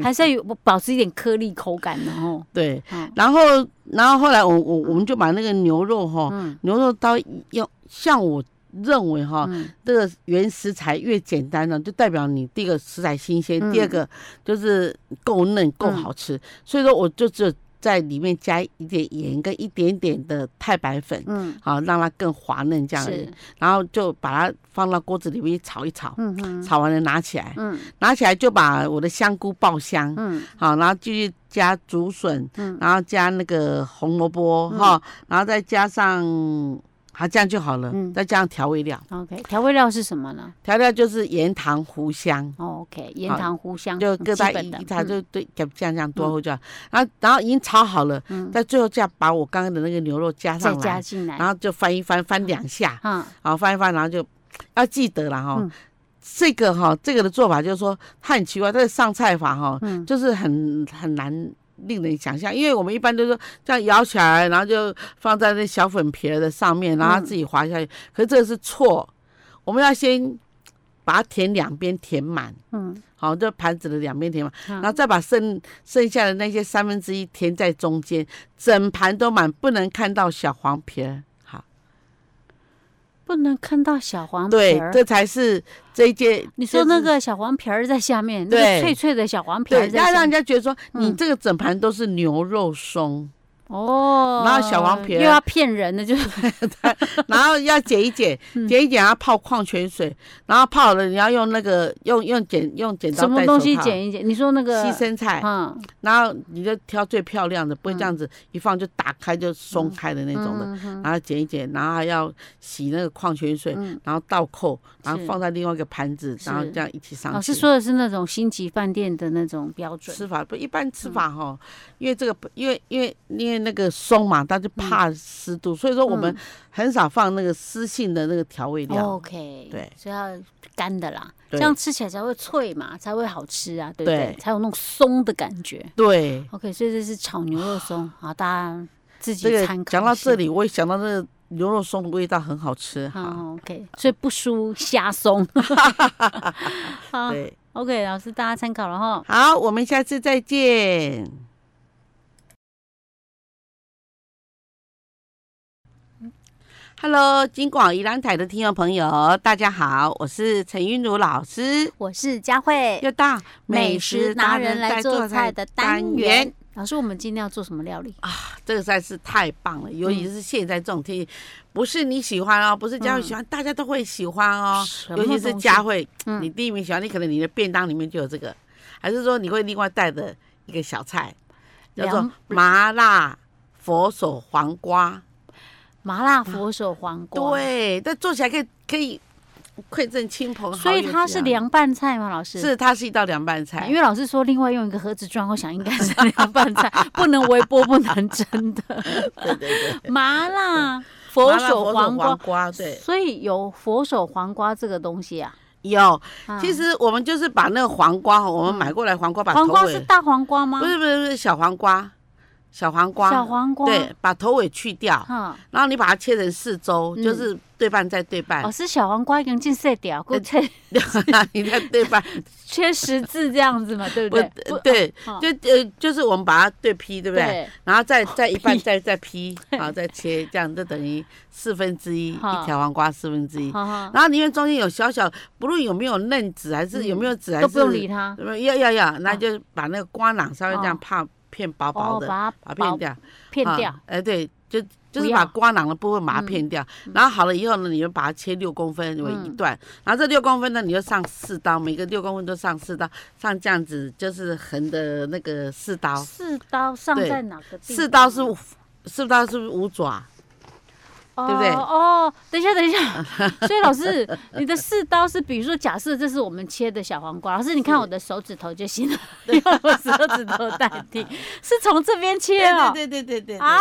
[SPEAKER 2] 还是要有保持一点颗粒口感的
[SPEAKER 1] [laughs]
[SPEAKER 2] 哦。
[SPEAKER 1] 对，
[SPEAKER 2] 嗯
[SPEAKER 1] 然后然后后来我我我们就把那个牛肉哈，
[SPEAKER 2] 嗯
[SPEAKER 1] 牛肉刀用像我认为哈，
[SPEAKER 2] 嗯
[SPEAKER 1] 这个原食材越简单呢，就代表你第一个食材新鲜，
[SPEAKER 2] 嗯
[SPEAKER 1] 第二个就是够嫩够好吃。所以说，我就只有在里面加一点盐跟一点点的太白粉，
[SPEAKER 2] 嗯，
[SPEAKER 1] 好让它更滑嫩这样而已
[SPEAKER 2] 是，
[SPEAKER 1] 然后就把它放到锅子里面炒一炒，
[SPEAKER 2] 嗯嗯
[SPEAKER 1] 炒完了拿起来，
[SPEAKER 2] 嗯
[SPEAKER 1] 拿起来就把我的香菇爆香，
[SPEAKER 2] 嗯
[SPEAKER 1] 好，然后继续加竹笋，
[SPEAKER 2] 嗯，
[SPEAKER 1] 然后加那个红萝卜
[SPEAKER 2] 嗯
[SPEAKER 1] 哈、然后再加上，好这样就好了，
[SPEAKER 2] 嗯
[SPEAKER 1] 再加上调味料。
[SPEAKER 2] OK，调味料是什么呢
[SPEAKER 1] 调料就是盐、糖、胡香，
[SPEAKER 2] 哦？OK，盐
[SPEAKER 1] 好
[SPEAKER 2] 糖糊香
[SPEAKER 1] 就
[SPEAKER 2] 嗯
[SPEAKER 1] 各
[SPEAKER 2] 基
[SPEAKER 1] 大
[SPEAKER 2] 本
[SPEAKER 1] 一
[SPEAKER 2] 的
[SPEAKER 1] 茶
[SPEAKER 2] 嗯
[SPEAKER 1] 就对，这样这样多后就好。然后然后已经炒好了，
[SPEAKER 2] 嗯
[SPEAKER 1] 在最后再把我刚刚的那个牛肉加
[SPEAKER 2] 再
[SPEAKER 1] 上
[SPEAKER 2] 加
[SPEAKER 1] 来，
[SPEAKER 2] 进来
[SPEAKER 1] 然，后就翻一翻，翻两下，
[SPEAKER 2] 嗯
[SPEAKER 1] 好翻一翻，然后就要记得了哈
[SPEAKER 2] 嗯。
[SPEAKER 1] 这个哈，这个的做法就是说，它很奇怪，这个上菜法哈，
[SPEAKER 2] 嗯
[SPEAKER 1] 就是很很难。令人想象，因为我们一般都是这样摇起来，然后就放在那小粉皮儿的上面，然后它自己滑下去。可是这个是错，我们要先把它填两边填满，
[SPEAKER 2] 嗯，
[SPEAKER 1] 好，这盘子的两边填满，
[SPEAKER 2] 然
[SPEAKER 1] 然后再把剩剩下的那些三分之一填在中间，整盘都满，不能看到小黄皮儿。好，
[SPEAKER 2] 不能看到小黄皮
[SPEAKER 1] 对，
[SPEAKER 2] 儿。
[SPEAKER 1] 这才是这一届。
[SPEAKER 2] 你说那
[SPEAKER 1] 就是。
[SPEAKER 2] 个小黄皮儿在下面，那
[SPEAKER 1] 对
[SPEAKER 2] 个脆脆的小黄皮
[SPEAKER 1] 对，
[SPEAKER 2] 儿在
[SPEAKER 1] 要让
[SPEAKER 2] 下
[SPEAKER 1] 人
[SPEAKER 2] 面
[SPEAKER 1] 家觉得说你
[SPEAKER 2] 嗯
[SPEAKER 1] 这个整盘都是牛肉松，
[SPEAKER 2] [laughs] 哦，
[SPEAKER 1] 然后小黄皮儿
[SPEAKER 2] 又要骗人的，就是
[SPEAKER 1] 然后要解一解，
[SPEAKER 2] 嗯
[SPEAKER 1] 解一解，然后泡矿泉水，然后泡好了你要用那个用用剪用剪刀
[SPEAKER 2] [laughs] 什么
[SPEAKER 1] 戴
[SPEAKER 2] 东
[SPEAKER 1] 手
[SPEAKER 2] 西
[SPEAKER 1] 套
[SPEAKER 2] 剪一剪？你说那个
[SPEAKER 1] 西生菜，
[SPEAKER 2] 嗯
[SPEAKER 1] 然后你就挑最漂亮的，不会这
[SPEAKER 2] 嗯
[SPEAKER 1] 样子一放就打开就松开的那种的，
[SPEAKER 2] 嗯嗯
[SPEAKER 1] 然后剪一剪，然后还要洗那个矿泉水，
[SPEAKER 2] 嗯
[SPEAKER 1] 然后倒扣，然后
[SPEAKER 2] 是
[SPEAKER 1] 放在另外一个盘子，然后
[SPEAKER 2] 是
[SPEAKER 1] 这样一起上去。
[SPEAKER 2] 老师说的是那种星级饭店的那种标准，嗯
[SPEAKER 1] 吃法不一般吃法哈，因为这个因为因为因为那个松嘛，它就
[SPEAKER 2] 嗯
[SPEAKER 1] 怕湿度，所以说我们很少放那个湿性的那个调味
[SPEAKER 2] 哦
[SPEAKER 1] 料。
[SPEAKER 2] OK，
[SPEAKER 1] 对
[SPEAKER 2] 所以要干的啦，这
[SPEAKER 1] 对
[SPEAKER 2] 样吃起来才会脆嘛，才会好吃啊，对不
[SPEAKER 1] 对
[SPEAKER 2] 对？才有那种松的感觉。
[SPEAKER 1] 对，
[SPEAKER 2] OK，所以这是炒牛肉松，好，大家自己
[SPEAKER 1] 这个
[SPEAKER 2] 参考一下。
[SPEAKER 1] 讲到这里，我也想到那个牛肉松的味道很好吃哈。
[SPEAKER 2] 好，OK，所以不输
[SPEAKER 1] [laughs]
[SPEAKER 2] 虾松。 [laughs] 好
[SPEAKER 1] 对，
[SPEAKER 2] ，OK，老师大家参考了哈。
[SPEAKER 1] 好，我们下次再见。Hello，金广宜兰台的听众朋友，大家好，我是陈韵如老师，
[SPEAKER 2] 我是佳慧，
[SPEAKER 1] 又到
[SPEAKER 2] 美食达人来做菜的单元。。老师，我们今天要做什么料理？
[SPEAKER 1] 这个实在是太棒了，尤其是现在这种天气，不是你喜欢哦，不是佳慧喜欢，大家都会喜欢哦。
[SPEAKER 2] 嗯什么
[SPEAKER 1] 尤其是
[SPEAKER 2] 东西
[SPEAKER 1] 佳慧，
[SPEAKER 2] 嗯
[SPEAKER 1] 你第一名喜欢，你可能你的便当里面就有这个，还是说你会另外带的一个小菜，叫做
[SPEAKER 2] 凉
[SPEAKER 1] 麻辣佛手黄瓜。
[SPEAKER 2] 麻辣佛手黄瓜。。
[SPEAKER 1] 啊对，但做起来可以可以馈赠亲朋好友这
[SPEAKER 2] 所
[SPEAKER 1] 样，
[SPEAKER 2] 以它是凉拌菜吗？老师
[SPEAKER 1] 是它是一道凉拌菜，
[SPEAKER 2] 因为老师说另外用一个盒子装，我想应该是凉
[SPEAKER 1] [laughs]
[SPEAKER 2] 拌菜，不能微波，不能蒸的。
[SPEAKER 1] 对对对，
[SPEAKER 2] 麻辣佛
[SPEAKER 1] 麻辣
[SPEAKER 2] 手黄瓜，
[SPEAKER 1] 瓜哦对
[SPEAKER 2] 所以有佛手黄瓜这个东西啊。
[SPEAKER 1] 有。
[SPEAKER 2] 啊
[SPEAKER 1] 其实我们就是把那个黄瓜，我们买过来黄瓜把头
[SPEAKER 2] 黄瓜
[SPEAKER 1] 尾
[SPEAKER 2] 是大黄瓜吗？
[SPEAKER 1] 不是不是不是小黄瓜，小黄瓜，
[SPEAKER 2] 小黄瓜。
[SPEAKER 1] 对，把头尾去掉，
[SPEAKER 2] 哈，
[SPEAKER 1] 然后你把它切成四周，
[SPEAKER 2] 嗯
[SPEAKER 1] 就是对半再对半 [laughs]
[SPEAKER 2] 哦，，是小黄瓜已经进色掉，
[SPEAKER 1] 呃
[SPEAKER 2] 过切
[SPEAKER 1] 你再对半，
[SPEAKER 2] 切十字这样子嘛，对不
[SPEAKER 1] 不
[SPEAKER 2] 对？不
[SPEAKER 1] 呃对，
[SPEAKER 2] 哦
[SPEAKER 1] 就呃就是我们把它对劈，对不对？
[SPEAKER 2] 对，哦
[SPEAKER 1] 然后再再一半
[SPEAKER 2] 劈
[SPEAKER 1] 再再
[SPEAKER 2] [laughs]
[SPEAKER 1] 劈，然后再切，这样就等于四分之一
[SPEAKER 2] 好
[SPEAKER 1] 一条黄瓜四分之一。
[SPEAKER 2] 哈哈，
[SPEAKER 1] 然后因为中间有小小，不论有没有嫩籽，还是
[SPEAKER 2] 嗯
[SPEAKER 1] 有没有籽，还
[SPEAKER 2] 都不用理
[SPEAKER 1] 是
[SPEAKER 2] 它，
[SPEAKER 1] 要要要，那就把那个瓜囊稍微这样
[SPEAKER 2] 啊哦
[SPEAKER 1] 怕片薄薄
[SPEAKER 2] 哦，
[SPEAKER 1] 的，
[SPEAKER 2] 把
[SPEAKER 1] 把它
[SPEAKER 2] 它
[SPEAKER 1] 片
[SPEAKER 2] 薄
[SPEAKER 1] 掉。
[SPEAKER 2] 片
[SPEAKER 1] 啊
[SPEAKER 2] 掉，
[SPEAKER 1] 哎、对，就就是
[SPEAKER 2] 不
[SPEAKER 1] 把
[SPEAKER 2] 要
[SPEAKER 1] 瓜囊的部分把它
[SPEAKER 2] 嗯
[SPEAKER 1] 片掉，然后好了以后呢，你就把它切六公分为一
[SPEAKER 2] 嗯
[SPEAKER 1] 段，然后这六公分呢，你就上四刀，每个六公分都上四刀，上这样子就是横的那个四刀，
[SPEAKER 2] 四刀上嗯
[SPEAKER 1] 对
[SPEAKER 2] 在哪个地方？
[SPEAKER 1] 四刀是四刀是不是五爪？对不对
[SPEAKER 2] 哦，等一下，等
[SPEAKER 1] [laughs]
[SPEAKER 2] 一下。所以老师，你的四刀是，比如说，假设这是我们切的小黄瓜，老师你看我的手指头就行了， [laughs] 用我手指头代
[SPEAKER 1] [laughs]
[SPEAKER 2] 替，是从这边切哦。
[SPEAKER 1] 对对对对对对
[SPEAKER 2] 啊，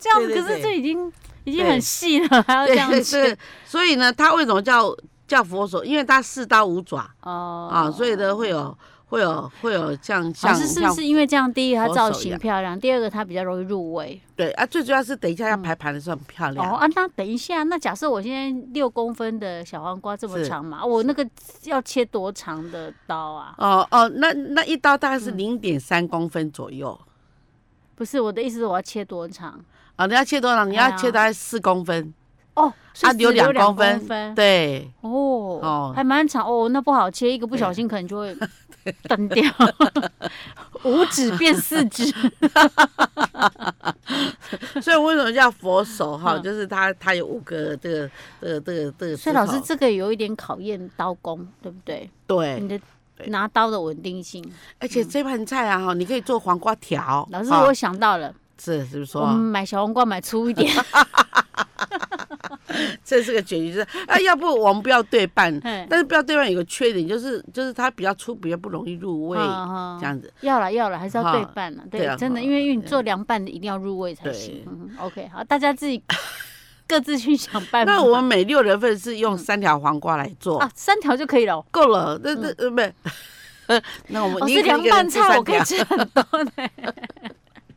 [SPEAKER 2] 这样子，
[SPEAKER 1] 对对
[SPEAKER 2] 可
[SPEAKER 1] 对
[SPEAKER 2] 是这已经已经
[SPEAKER 1] 对
[SPEAKER 2] 很细了，还要这
[SPEAKER 1] 对
[SPEAKER 2] 样
[SPEAKER 1] 对
[SPEAKER 2] 切
[SPEAKER 1] [laughs] 是，所以呢，它为什么叫叫佛手？因为它四刀五爪
[SPEAKER 2] 哦
[SPEAKER 1] 啊，所以呢会有会有会有像
[SPEAKER 2] 老
[SPEAKER 1] 像
[SPEAKER 2] 哦师是
[SPEAKER 1] 像
[SPEAKER 2] 不是因为这样，第一个它
[SPEAKER 1] 佛
[SPEAKER 2] 造
[SPEAKER 1] 手一
[SPEAKER 2] 型
[SPEAKER 1] 样
[SPEAKER 2] 漂亮，第二个它比较容易入味。
[SPEAKER 1] 对啊，最主要是等一下要排盘的时候很漂
[SPEAKER 2] 嗯哦
[SPEAKER 1] 亮，
[SPEAKER 2] 啊，那等一下，那假设我现在六公分的小黄瓜这么
[SPEAKER 1] 是
[SPEAKER 2] 长嘛，啊我那个要切多长的刀啊？
[SPEAKER 1] 哦哦，那那一刀大概
[SPEAKER 2] 嗯
[SPEAKER 1] 是零点三公分左右。
[SPEAKER 2] 不是我的意思，我要切多长？
[SPEAKER 1] 啊，你要切多少？你要
[SPEAKER 2] 哎呀
[SPEAKER 1] 切大概四公分，
[SPEAKER 2] 哦，是
[SPEAKER 1] 啊
[SPEAKER 2] 只
[SPEAKER 1] 留两
[SPEAKER 2] 两
[SPEAKER 1] 公分
[SPEAKER 2] 分，
[SPEAKER 1] 对，
[SPEAKER 2] 哦，
[SPEAKER 1] 哦
[SPEAKER 2] 还蛮长哦，那不好切，一个不小心可能
[SPEAKER 1] [laughs]
[SPEAKER 2] 就会断掉， [laughs] 五指变四指，
[SPEAKER 1] 所以为什么叫佛手哈？[laughs]
[SPEAKER 2] 嗯
[SPEAKER 1] 就是它它有五个这个这个这个这个指头。
[SPEAKER 2] 所以老师这个有一点考验刀工，对不对？
[SPEAKER 1] 对
[SPEAKER 2] 你，的
[SPEAKER 1] 对
[SPEAKER 2] 拿刀的稳定性。
[SPEAKER 1] 而且这盘菜啊哈，你可以做黄瓜条。
[SPEAKER 2] 嗯老师，
[SPEAKER 1] 哈
[SPEAKER 2] 我嗯想到了，
[SPEAKER 1] 是是不是
[SPEAKER 2] 我
[SPEAKER 1] 啊
[SPEAKER 2] 们
[SPEAKER 1] 说？啊
[SPEAKER 2] 买小黄瓜买粗一点，
[SPEAKER 1] [laughs] 这是个解决之道啊，要不我们不要对半，
[SPEAKER 2] 嘿
[SPEAKER 1] 但是不要对半有个缺点就是就是它比较粗，比较不容易入
[SPEAKER 2] [laughs]
[SPEAKER 1] 味，
[SPEAKER 2] 嗯嗯
[SPEAKER 1] 这样子。
[SPEAKER 2] 要了要了，还是要
[SPEAKER 1] 哈
[SPEAKER 2] 对半了。
[SPEAKER 1] 对
[SPEAKER 2] 对
[SPEAKER 1] 啊，
[SPEAKER 2] 真的，
[SPEAKER 1] 哈
[SPEAKER 2] 因为因为你做凉拌的一定要入味才
[SPEAKER 1] 对
[SPEAKER 2] 行。嗯，OK，好，大家
[SPEAKER 1] [laughs]
[SPEAKER 2] 自己各自去想办法。
[SPEAKER 1] 那我们每六人份是
[SPEAKER 2] 嗯
[SPEAKER 1] 用三条黄瓜来做
[SPEAKER 2] 啊，，三条就可以了哦。
[SPEAKER 1] 够了。那那呃不是， [laughs] 那我们
[SPEAKER 2] 嗯哦，
[SPEAKER 1] 你
[SPEAKER 2] 是
[SPEAKER 1] 可以一
[SPEAKER 2] 凉
[SPEAKER 1] 个人
[SPEAKER 2] 拌
[SPEAKER 1] 吃
[SPEAKER 2] 菜，
[SPEAKER 1] 三
[SPEAKER 2] 我可以
[SPEAKER 1] 条
[SPEAKER 2] 吃很多呢。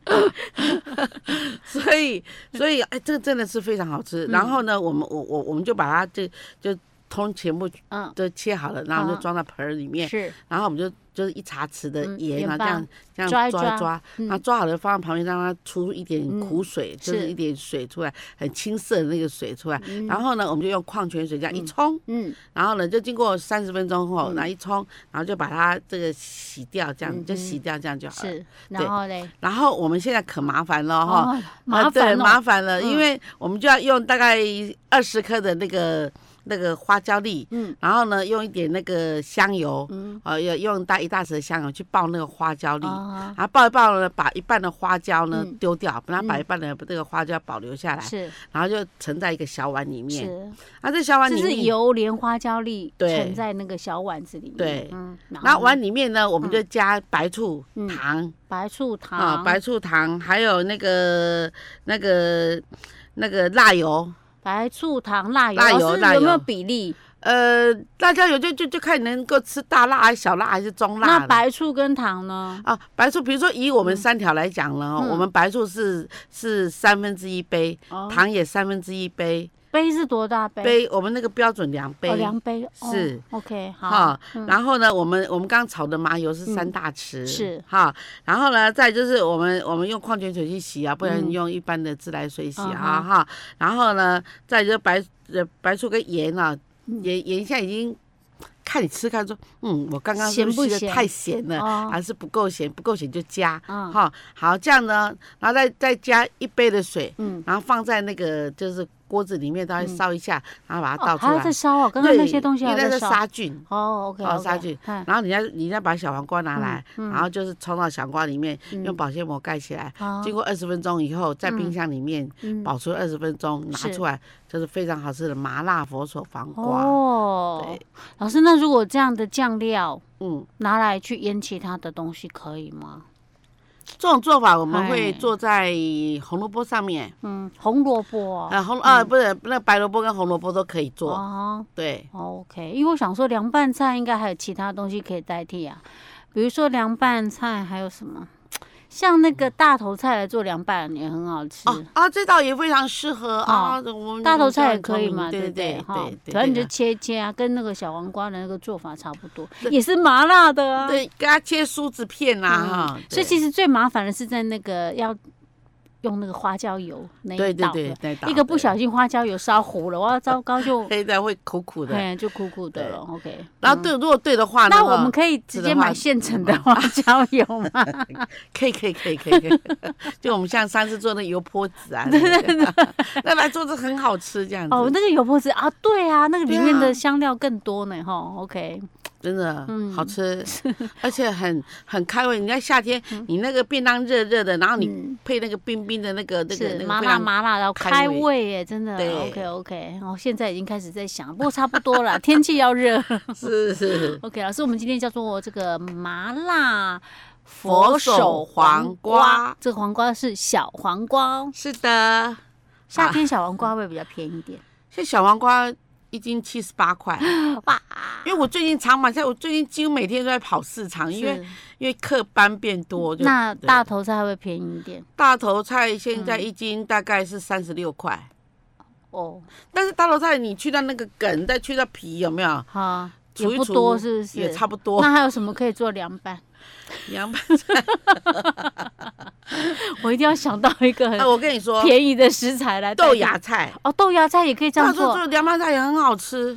[SPEAKER 1] [laughs] 所以，
[SPEAKER 2] 嗯
[SPEAKER 1] 所以，哎，这个真的是非常好吃。然后呢，我们我我我们就把它就就通全部
[SPEAKER 2] 嗯，
[SPEAKER 1] 都切好了，然后就装到盆儿里面，
[SPEAKER 2] 哦是
[SPEAKER 1] 然后我们就就是一茶匙的
[SPEAKER 2] 嗯
[SPEAKER 1] 盐啊，
[SPEAKER 2] 盐
[SPEAKER 1] 这
[SPEAKER 2] 巴
[SPEAKER 1] 样这样抓
[SPEAKER 2] 抓一
[SPEAKER 1] 一
[SPEAKER 2] 抓
[SPEAKER 1] 抓，
[SPEAKER 2] 嗯
[SPEAKER 1] 那抓好了放到旁边，让它出一点
[SPEAKER 2] 嗯
[SPEAKER 1] 苦水，就是
[SPEAKER 2] 是
[SPEAKER 1] 一点水出来，很青涩的那个水出来。
[SPEAKER 2] 嗯
[SPEAKER 1] 然后呢，我们就用矿泉水这样一冲，
[SPEAKER 2] 嗯，
[SPEAKER 1] 然后呢，就经过三十分钟后，
[SPEAKER 2] 嗯
[SPEAKER 1] 然后一冲，然后就把它这个洗掉，这
[SPEAKER 2] 嗯
[SPEAKER 1] 样就
[SPEAKER 2] 哼
[SPEAKER 1] 洗掉，这样就好了。
[SPEAKER 2] 是。然后嘞，
[SPEAKER 1] 然后我们现在可麻烦了哈，
[SPEAKER 2] 哦，
[SPEAKER 1] 啊 [laughs]
[SPEAKER 2] 麻
[SPEAKER 1] 对
[SPEAKER 2] 烦
[SPEAKER 1] 麻
[SPEAKER 2] 哦。
[SPEAKER 1] 烦了，
[SPEAKER 2] 嗯
[SPEAKER 1] 因为我们就要用大概二十克的那个那个花椒粒，
[SPEAKER 2] 嗯
[SPEAKER 1] 然后呢用一点那个香油，
[SPEAKER 2] 嗯
[SPEAKER 1] 呃，要用大一大匙的香油去爆那个花椒粒。
[SPEAKER 2] 啊，
[SPEAKER 1] 然后爆一爆呢，把一半的花椒呢
[SPEAKER 2] 嗯
[SPEAKER 1] 丢掉，然后把
[SPEAKER 2] 嗯
[SPEAKER 1] 一半的这个花椒保留下来，
[SPEAKER 2] 是
[SPEAKER 1] 然后就盛在一个小碗里面。
[SPEAKER 2] 是，
[SPEAKER 1] 啊，这小碗
[SPEAKER 2] 就
[SPEAKER 1] 里
[SPEAKER 2] 是
[SPEAKER 1] 面，
[SPEAKER 2] 油莲花椒粒
[SPEAKER 1] 对
[SPEAKER 2] 盛在那个小碗子里面。
[SPEAKER 1] 对
[SPEAKER 2] 嗯，
[SPEAKER 1] 然后
[SPEAKER 2] 呢
[SPEAKER 1] 碗里面呢，我们就加白醋、
[SPEAKER 2] 嗯
[SPEAKER 1] 糖
[SPEAKER 2] 白醋糖
[SPEAKER 1] 啊，白醋糖，还有那个那个那个辣油，
[SPEAKER 2] 白醋糖辣油，
[SPEAKER 1] 辣油
[SPEAKER 2] 老师
[SPEAKER 1] 辣
[SPEAKER 2] 有没有
[SPEAKER 1] 油
[SPEAKER 2] 比例？
[SPEAKER 1] 呃，辣椒油就就就看你能够吃大辣还是小辣还是中辣
[SPEAKER 2] 那
[SPEAKER 1] 了。
[SPEAKER 2] 白醋跟糖呢？
[SPEAKER 1] 啊，白醋，比如说以我们三条来讲呢，
[SPEAKER 2] 嗯
[SPEAKER 1] 我们白醋是是三分之一杯，
[SPEAKER 2] 哦，
[SPEAKER 1] 糖也三分之一杯，
[SPEAKER 2] 杯是多大杯？
[SPEAKER 1] 杯我们那个标准两杯
[SPEAKER 2] 哦，。量杯哦
[SPEAKER 1] 是
[SPEAKER 2] OK 好嗯
[SPEAKER 1] 哈，，然后呢，我们我们刚刚炒的麻油是三大匙，
[SPEAKER 2] 是
[SPEAKER 1] 哈，然后呢，再就是我们我们用矿泉水去洗啊，不然
[SPEAKER 2] 嗯
[SPEAKER 1] 用一般的自来水洗啊
[SPEAKER 2] 嗯哼
[SPEAKER 1] 哈，然后呢，再就是白呃白醋跟盐啊，
[SPEAKER 2] 嗯
[SPEAKER 1] 盐盐现在已经看你吃看说，嗯，我刚刚是
[SPEAKER 2] 咸不
[SPEAKER 1] 是吃的
[SPEAKER 2] 咸
[SPEAKER 1] 太咸了，
[SPEAKER 2] 哦，
[SPEAKER 1] 还是不够咸，不够咸就加，
[SPEAKER 2] 嗯
[SPEAKER 1] 哈，好，这样呢，然后再再加一杯的水，
[SPEAKER 2] 嗯，
[SPEAKER 1] 然后放在那个就是锅子里面，大概
[SPEAKER 2] 嗯
[SPEAKER 1] 烧一下，然后把它
[SPEAKER 2] 哦
[SPEAKER 1] 倒出
[SPEAKER 2] 还要
[SPEAKER 1] 来
[SPEAKER 2] 再。烧哦，刚刚那
[SPEAKER 1] 对
[SPEAKER 2] 些东西
[SPEAKER 1] 因
[SPEAKER 2] 还
[SPEAKER 1] 为
[SPEAKER 2] 要
[SPEAKER 1] 那
[SPEAKER 2] 再
[SPEAKER 1] 是
[SPEAKER 2] 烧
[SPEAKER 1] 杀菌，
[SPEAKER 2] 哦，OK
[SPEAKER 1] 哦
[SPEAKER 2] OK，
[SPEAKER 1] 杀菌
[SPEAKER 2] 嗯
[SPEAKER 1] 然后你要你要把小黄瓜拿来，
[SPEAKER 2] 嗯
[SPEAKER 1] 然后就是冲到小黄瓜里面，
[SPEAKER 2] 嗯
[SPEAKER 1] 用保鲜膜盖起来，
[SPEAKER 2] 好
[SPEAKER 1] 经过二十分钟以后，在冰
[SPEAKER 2] 嗯
[SPEAKER 1] 箱里面
[SPEAKER 2] 嗯
[SPEAKER 1] 保存二十分钟，拿
[SPEAKER 2] 是
[SPEAKER 1] 出来就是非常好吃的麻辣佛手黄瓜。
[SPEAKER 2] 哦
[SPEAKER 1] 对，
[SPEAKER 2] 老师，那如果这样的酱料
[SPEAKER 1] 嗯，
[SPEAKER 2] 拿来去腌其他的东西可以吗？
[SPEAKER 1] 这种做法我们
[SPEAKER 2] 哎
[SPEAKER 1] 会做在红萝卜上面，
[SPEAKER 2] 嗯，红萝卜哦
[SPEAKER 1] 呃红啊不是那白萝卜跟红萝卜都可以做，
[SPEAKER 2] 哦
[SPEAKER 1] 对。
[SPEAKER 2] OK，因为我想说凉拌菜应该还有其他东西可以代替啊，比如说凉拌菜还有什么，像那个大头菜来做凉拌也很好吃。
[SPEAKER 1] 哦啊，这道也非常适合啊，我们
[SPEAKER 2] 哦大头
[SPEAKER 1] 这样
[SPEAKER 2] 菜也
[SPEAKER 1] 很聪
[SPEAKER 2] 可以
[SPEAKER 1] 明
[SPEAKER 2] 嘛，
[SPEAKER 1] 对
[SPEAKER 2] 不对？
[SPEAKER 1] 嗯对
[SPEAKER 2] 哈
[SPEAKER 1] 对，对，
[SPEAKER 2] 反正你
[SPEAKER 1] 对
[SPEAKER 2] 就切一切啊，跟那个小黄瓜的那个做法差不多，
[SPEAKER 1] [laughs] 对
[SPEAKER 2] 也是麻辣的啊。
[SPEAKER 1] 对，给它切梳子片啦
[SPEAKER 2] 嗯
[SPEAKER 1] 哈。
[SPEAKER 2] 所
[SPEAKER 1] 对
[SPEAKER 2] 以其实最麻烦的是在那个要用那个花椒油那一
[SPEAKER 1] 对对
[SPEAKER 2] 道
[SPEAKER 1] 对
[SPEAKER 2] 的，
[SPEAKER 1] 那道
[SPEAKER 2] 一个不
[SPEAKER 1] 对
[SPEAKER 2] 小心花椒油烧糊了，哇，糟
[SPEAKER 1] [laughs]
[SPEAKER 2] 糕就
[SPEAKER 1] 黑的会苦苦的。
[SPEAKER 2] 哎就苦苦的
[SPEAKER 1] 对
[SPEAKER 2] 了。OK，
[SPEAKER 1] 然后对，如果对的话呢，
[SPEAKER 2] 那我们可以直
[SPEAKER 1] 吃的
[SPEAKER 2] 接
[SPEAKER 1] 话
[SPEAKER 2] 买现成的嗯花椒 [laughs] 油吗？
[SPEAKER 1] 可以可以可以可以，可以就我们像上次做那油泼子啊，对对对， [laughs] 那来做这
[SPEAKER 2] 哦
[SPEAKER 1] 很好吃这样子。
[SPEAKER 2] 哦，那个油泼子啊，对啊，那个里
[SPEAKER 1] 对啊
[SPEAKER 2] 面的香料更多呢，哈。OK，
[SPEAKER 1] 真的、好吃，而且很很开胃。你看夏天，你那个便当热热的，然后你
[SPEAKER 2] 嗯，
[SPEAKER 1] 配那个冰冰的那个那个那
[SPEAKER 2] 是
[SPEAKER 1] 个
[SPEAKER 2] 麻
[SPEAKER 1] 非
[SPEAKER 2] 辣
[SPEAKER 1] 常
[SPEAKER 2] 麻辣，然后
[SPEAKER 1] 开
[SPEAKER 2] 开
[SPEAKER 1] 胃
[SPEAKER 2] 胃耶，真的。
[SPEAKER 1] 对
[SPEAKER 2] OK OK，我现在已经开始在想，不过差不多 [laughs] 了，天气要热。
[SPEAKER 1] 是是
[SPEAKER 2] OK，老师，我们今天叫做这个麻辣
[SPEAKER 1] 佛手黄瓜
[SPEAKER 2] 这个黄瓜是小黄瓜哦，
[SPEAKER 1] 是的。
[SPEAKER 2] 夏天小黄瓜会比较便宜一点。
[SPEAKER 1] 现在小黄瓜一斤七十八块，
[SPEAKER 2] 哇，
[SPEAKER 1] 因为我最近常买菜，我最近几乎每天都在跑市场，因为
[SPEAKER 2] 是
[SPEAKER 1] 因为课班变多，就
[SPEAKER 2] 那
[SPEAKER 1] 对
[SPEAKER 2] 大头菜会便宜一点
[SPEAKER 1] 大头菜现在
[SPEAKER 2] 嗯
[SPEAKER 1] 一斤大概是三十六块，
[SPEAKER 2] 哦，
[SPEAKER 1] 但是大头菜你去掉那个梗，再去掉皮，有没有？
[SPEAKER 2] 哈，也
[SPEAKER 1] 除一
[SPEAKER 2] 不
[SPEAKER 1] 除
[SPEAKER 2] 多是不是？
[SPEAKER 1] 也差不多。
[SPEAKER 2] 那还有什么可以做凉拌？ [laughs]
[SPEAKER 1] 凉拌，
[SPEAKER 2] 我一定要想到一个很
[SPEAKER 1] 哎，我跟你
[SPEAKER 2] [laughs]
[SPEAKER 1] 说，
[SPEAKER 2] 便宜的食材来代替
[SPEAKER 1] 豆芽菜，
[SPEAKER 2] 哦，豆芽菜也可以这
[SPEAKER 1] 他
[SPEAKER 2] 样
[SPEAKER 1] 说
[SPEAKER 2] 做，
[SPEAKER 1] 这凉拌菜也很好吃，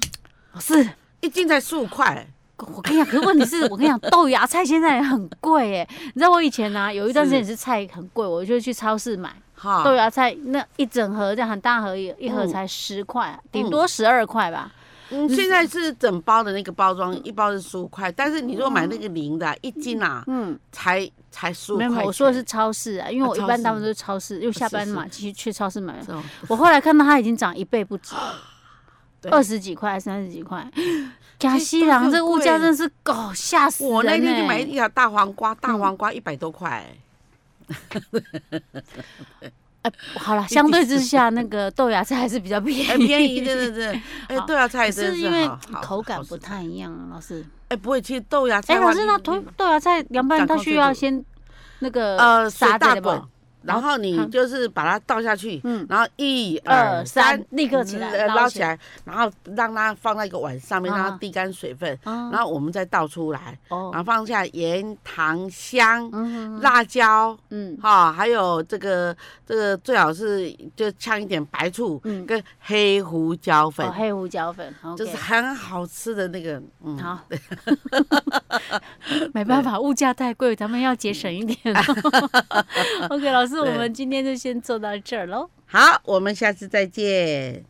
[SPEAKER 2] 是。
[SPEAKER 1] 一斤才十五块。
[SPEAKER 2] 我跟你讲，可是问题是我跟你
[SPEAKER 1] [laughs]
[SPEAKER 2] 讲，豆芽菜现在也很贵耶。你知道我以前啊，有一段时间也是菜很贵，我就去超市买
[SPEAKER 1] 哈
[SPEAKER 2] 豆芽菜，那一整盒这样很大盒一一盒
[SPEAKER 1] 啊嗯
[SPEAKER 2] 才十块，顶多十二块吧。
[SPEAKER 1] 嗯，现在是整包的那个包装，一包是十五块，但是你如果买那个零的啊，一斤啊，
[SPEAKER 2] 嗯嗯，
[SPEAKER 1] 才才十五
[SPEAKER 2] 没
[SPEAKER 1] 块钱。
[SPEAKER 2] 有没有，我说的是超市啊，因为
[SPEAKER 1] 啊
[SPEAKER 2] 我一
[SPEAKER 1] 超
[SPEAKER 2] 般
[SPEAKER 1] 市
[SPEAKER 2] 他们都是超市，因为下
[SPEAKER 1] 是
[SPEAKER 2] 班
[SPEAKER 1] 是
[SPEAKER 2] 嘛，继续去超市买了。
[SPEAKER 1] 这种
[SPEAKER 2] [laughs] 我后来看到它已经涨一倍不止，
[SPEAKER 1] [gasps] 对
[SPEAKER 2] 二十几块、三十几块。
[SPEAKER 1] [gasps]
[SPEAKER 2] 假
[SPEAKER 1] 这
[SPEAKER 2] 西
[SPEAKER 1] 都
[SPEAKER 2] 郎
[SPEAKER 1] 很
[SPEAKER 2] 这物
[SPEAKER 1] 贵
[SPEAKER 2] 价真是够吓死人、欸！嗯
[SPEAKER 1] 我那天就买一条大黄瓜，大黄瓜一百多块，
[SPEAKER 2] 哎
[SPEAKER 1] [laughs]
[SPEAKER 2] 好了，相对之下，那个豆芽菜还是比较便宜， [laughs]
[SPEAKER 1] 哎， [laughs] 便宜，真的真的，哎
[SPEAKER 2] 好，
[SPEAKER 1] 豆芽菜
[SPEAKER 2] 可
[SPEAKER 1] 真的
[SPEAKER 2] 是
[SPEAKER 1] 是
[SPEAKER 2] 因为
[SPEAKER 1] 好好
[SPEAKER 2] 口感
[SPEAKER 1] 好吃
[SPEAKER 2] 不太一样啊，老师。
[SPEAKER 1] 哎，不会，其实豆芽菜
[SPEAKER 2] 哎，
[SPEAKER 1] 的
[SPEAKER 2] 老
[SPEAKER 1] 话，
[SPEAKER 2] 师，
[SPEAKER 1] 你
[SPEAKER 2] 那
[SPEAKER 1] 你
[SPEAKER 2] 豆豆芽菜凉拌，
[SPEAKER 1] 掌
[SPEAKER 2] 它
[SPEAKER 1] 控
[SPEAKER 2] 需
[SPEAKER 1] 制
[SPEAKER 2] 要
[SPEAKER 1] 度
[SPEAKER 2] 先那个
[SPEAKER 1] 呃水
[SPEAKER 2] 撒
[SPEAKER 1] 大
[SPEAKER 2] 的
[SPEAKER 1] 滚
[SPEAKER 2] 吧？，
[SPEAKER 1] 然后你
[SPEAKER 2] 嗯
[SPEAKER 1] 就是把它倒下去，
[SPEAKER 2] 嗯
[SPEAKER 1] 然后一
[SPEAKER 2] 二三，立刻起
[SPEAKER 1] 呃
[SPEAKER 2] 来
[SPEAKER 1] 捞
[SPEAKER 2] 捞
[SPEAKER 1] 起。来，然后让它放在一个碗上面，
[SPEAKER 2] 啊
[SPEAKER 1] 让它沥干水分，
[SPEAKER 2] 啊
[SPEAKER 1] 然，后我们再倒出来，然
[SPEAKER 2] 哦，
[SPEAKER 1] 后放下盐、糖、香、
[SPEAKER 2] 嗯
[SPEAKER 1] 辣椒，
[SPEAKER 2] 嗯
[SPEAKER 1] 哈，还有这个这个最好是就呛一点白醋
[SPEAKER 2] 嗯，
[SPEAKER 1] 跟黑胡椒粉
[SPEAKER 2] 哦，，黑胡椒粉，OK，
[SPEAKER 1] 就是很好吃的那个，嗯， [laughs]
[SPEAKER 2] 好，没办法，物价太贵，咱们要节省一点哦。OK，老师，我 [laughs]
[SPEAKER 1] 对
[SPEAKER 2] 们今天就先做到这儿喽。
[SPEAKER 1] 好，我们下次再见。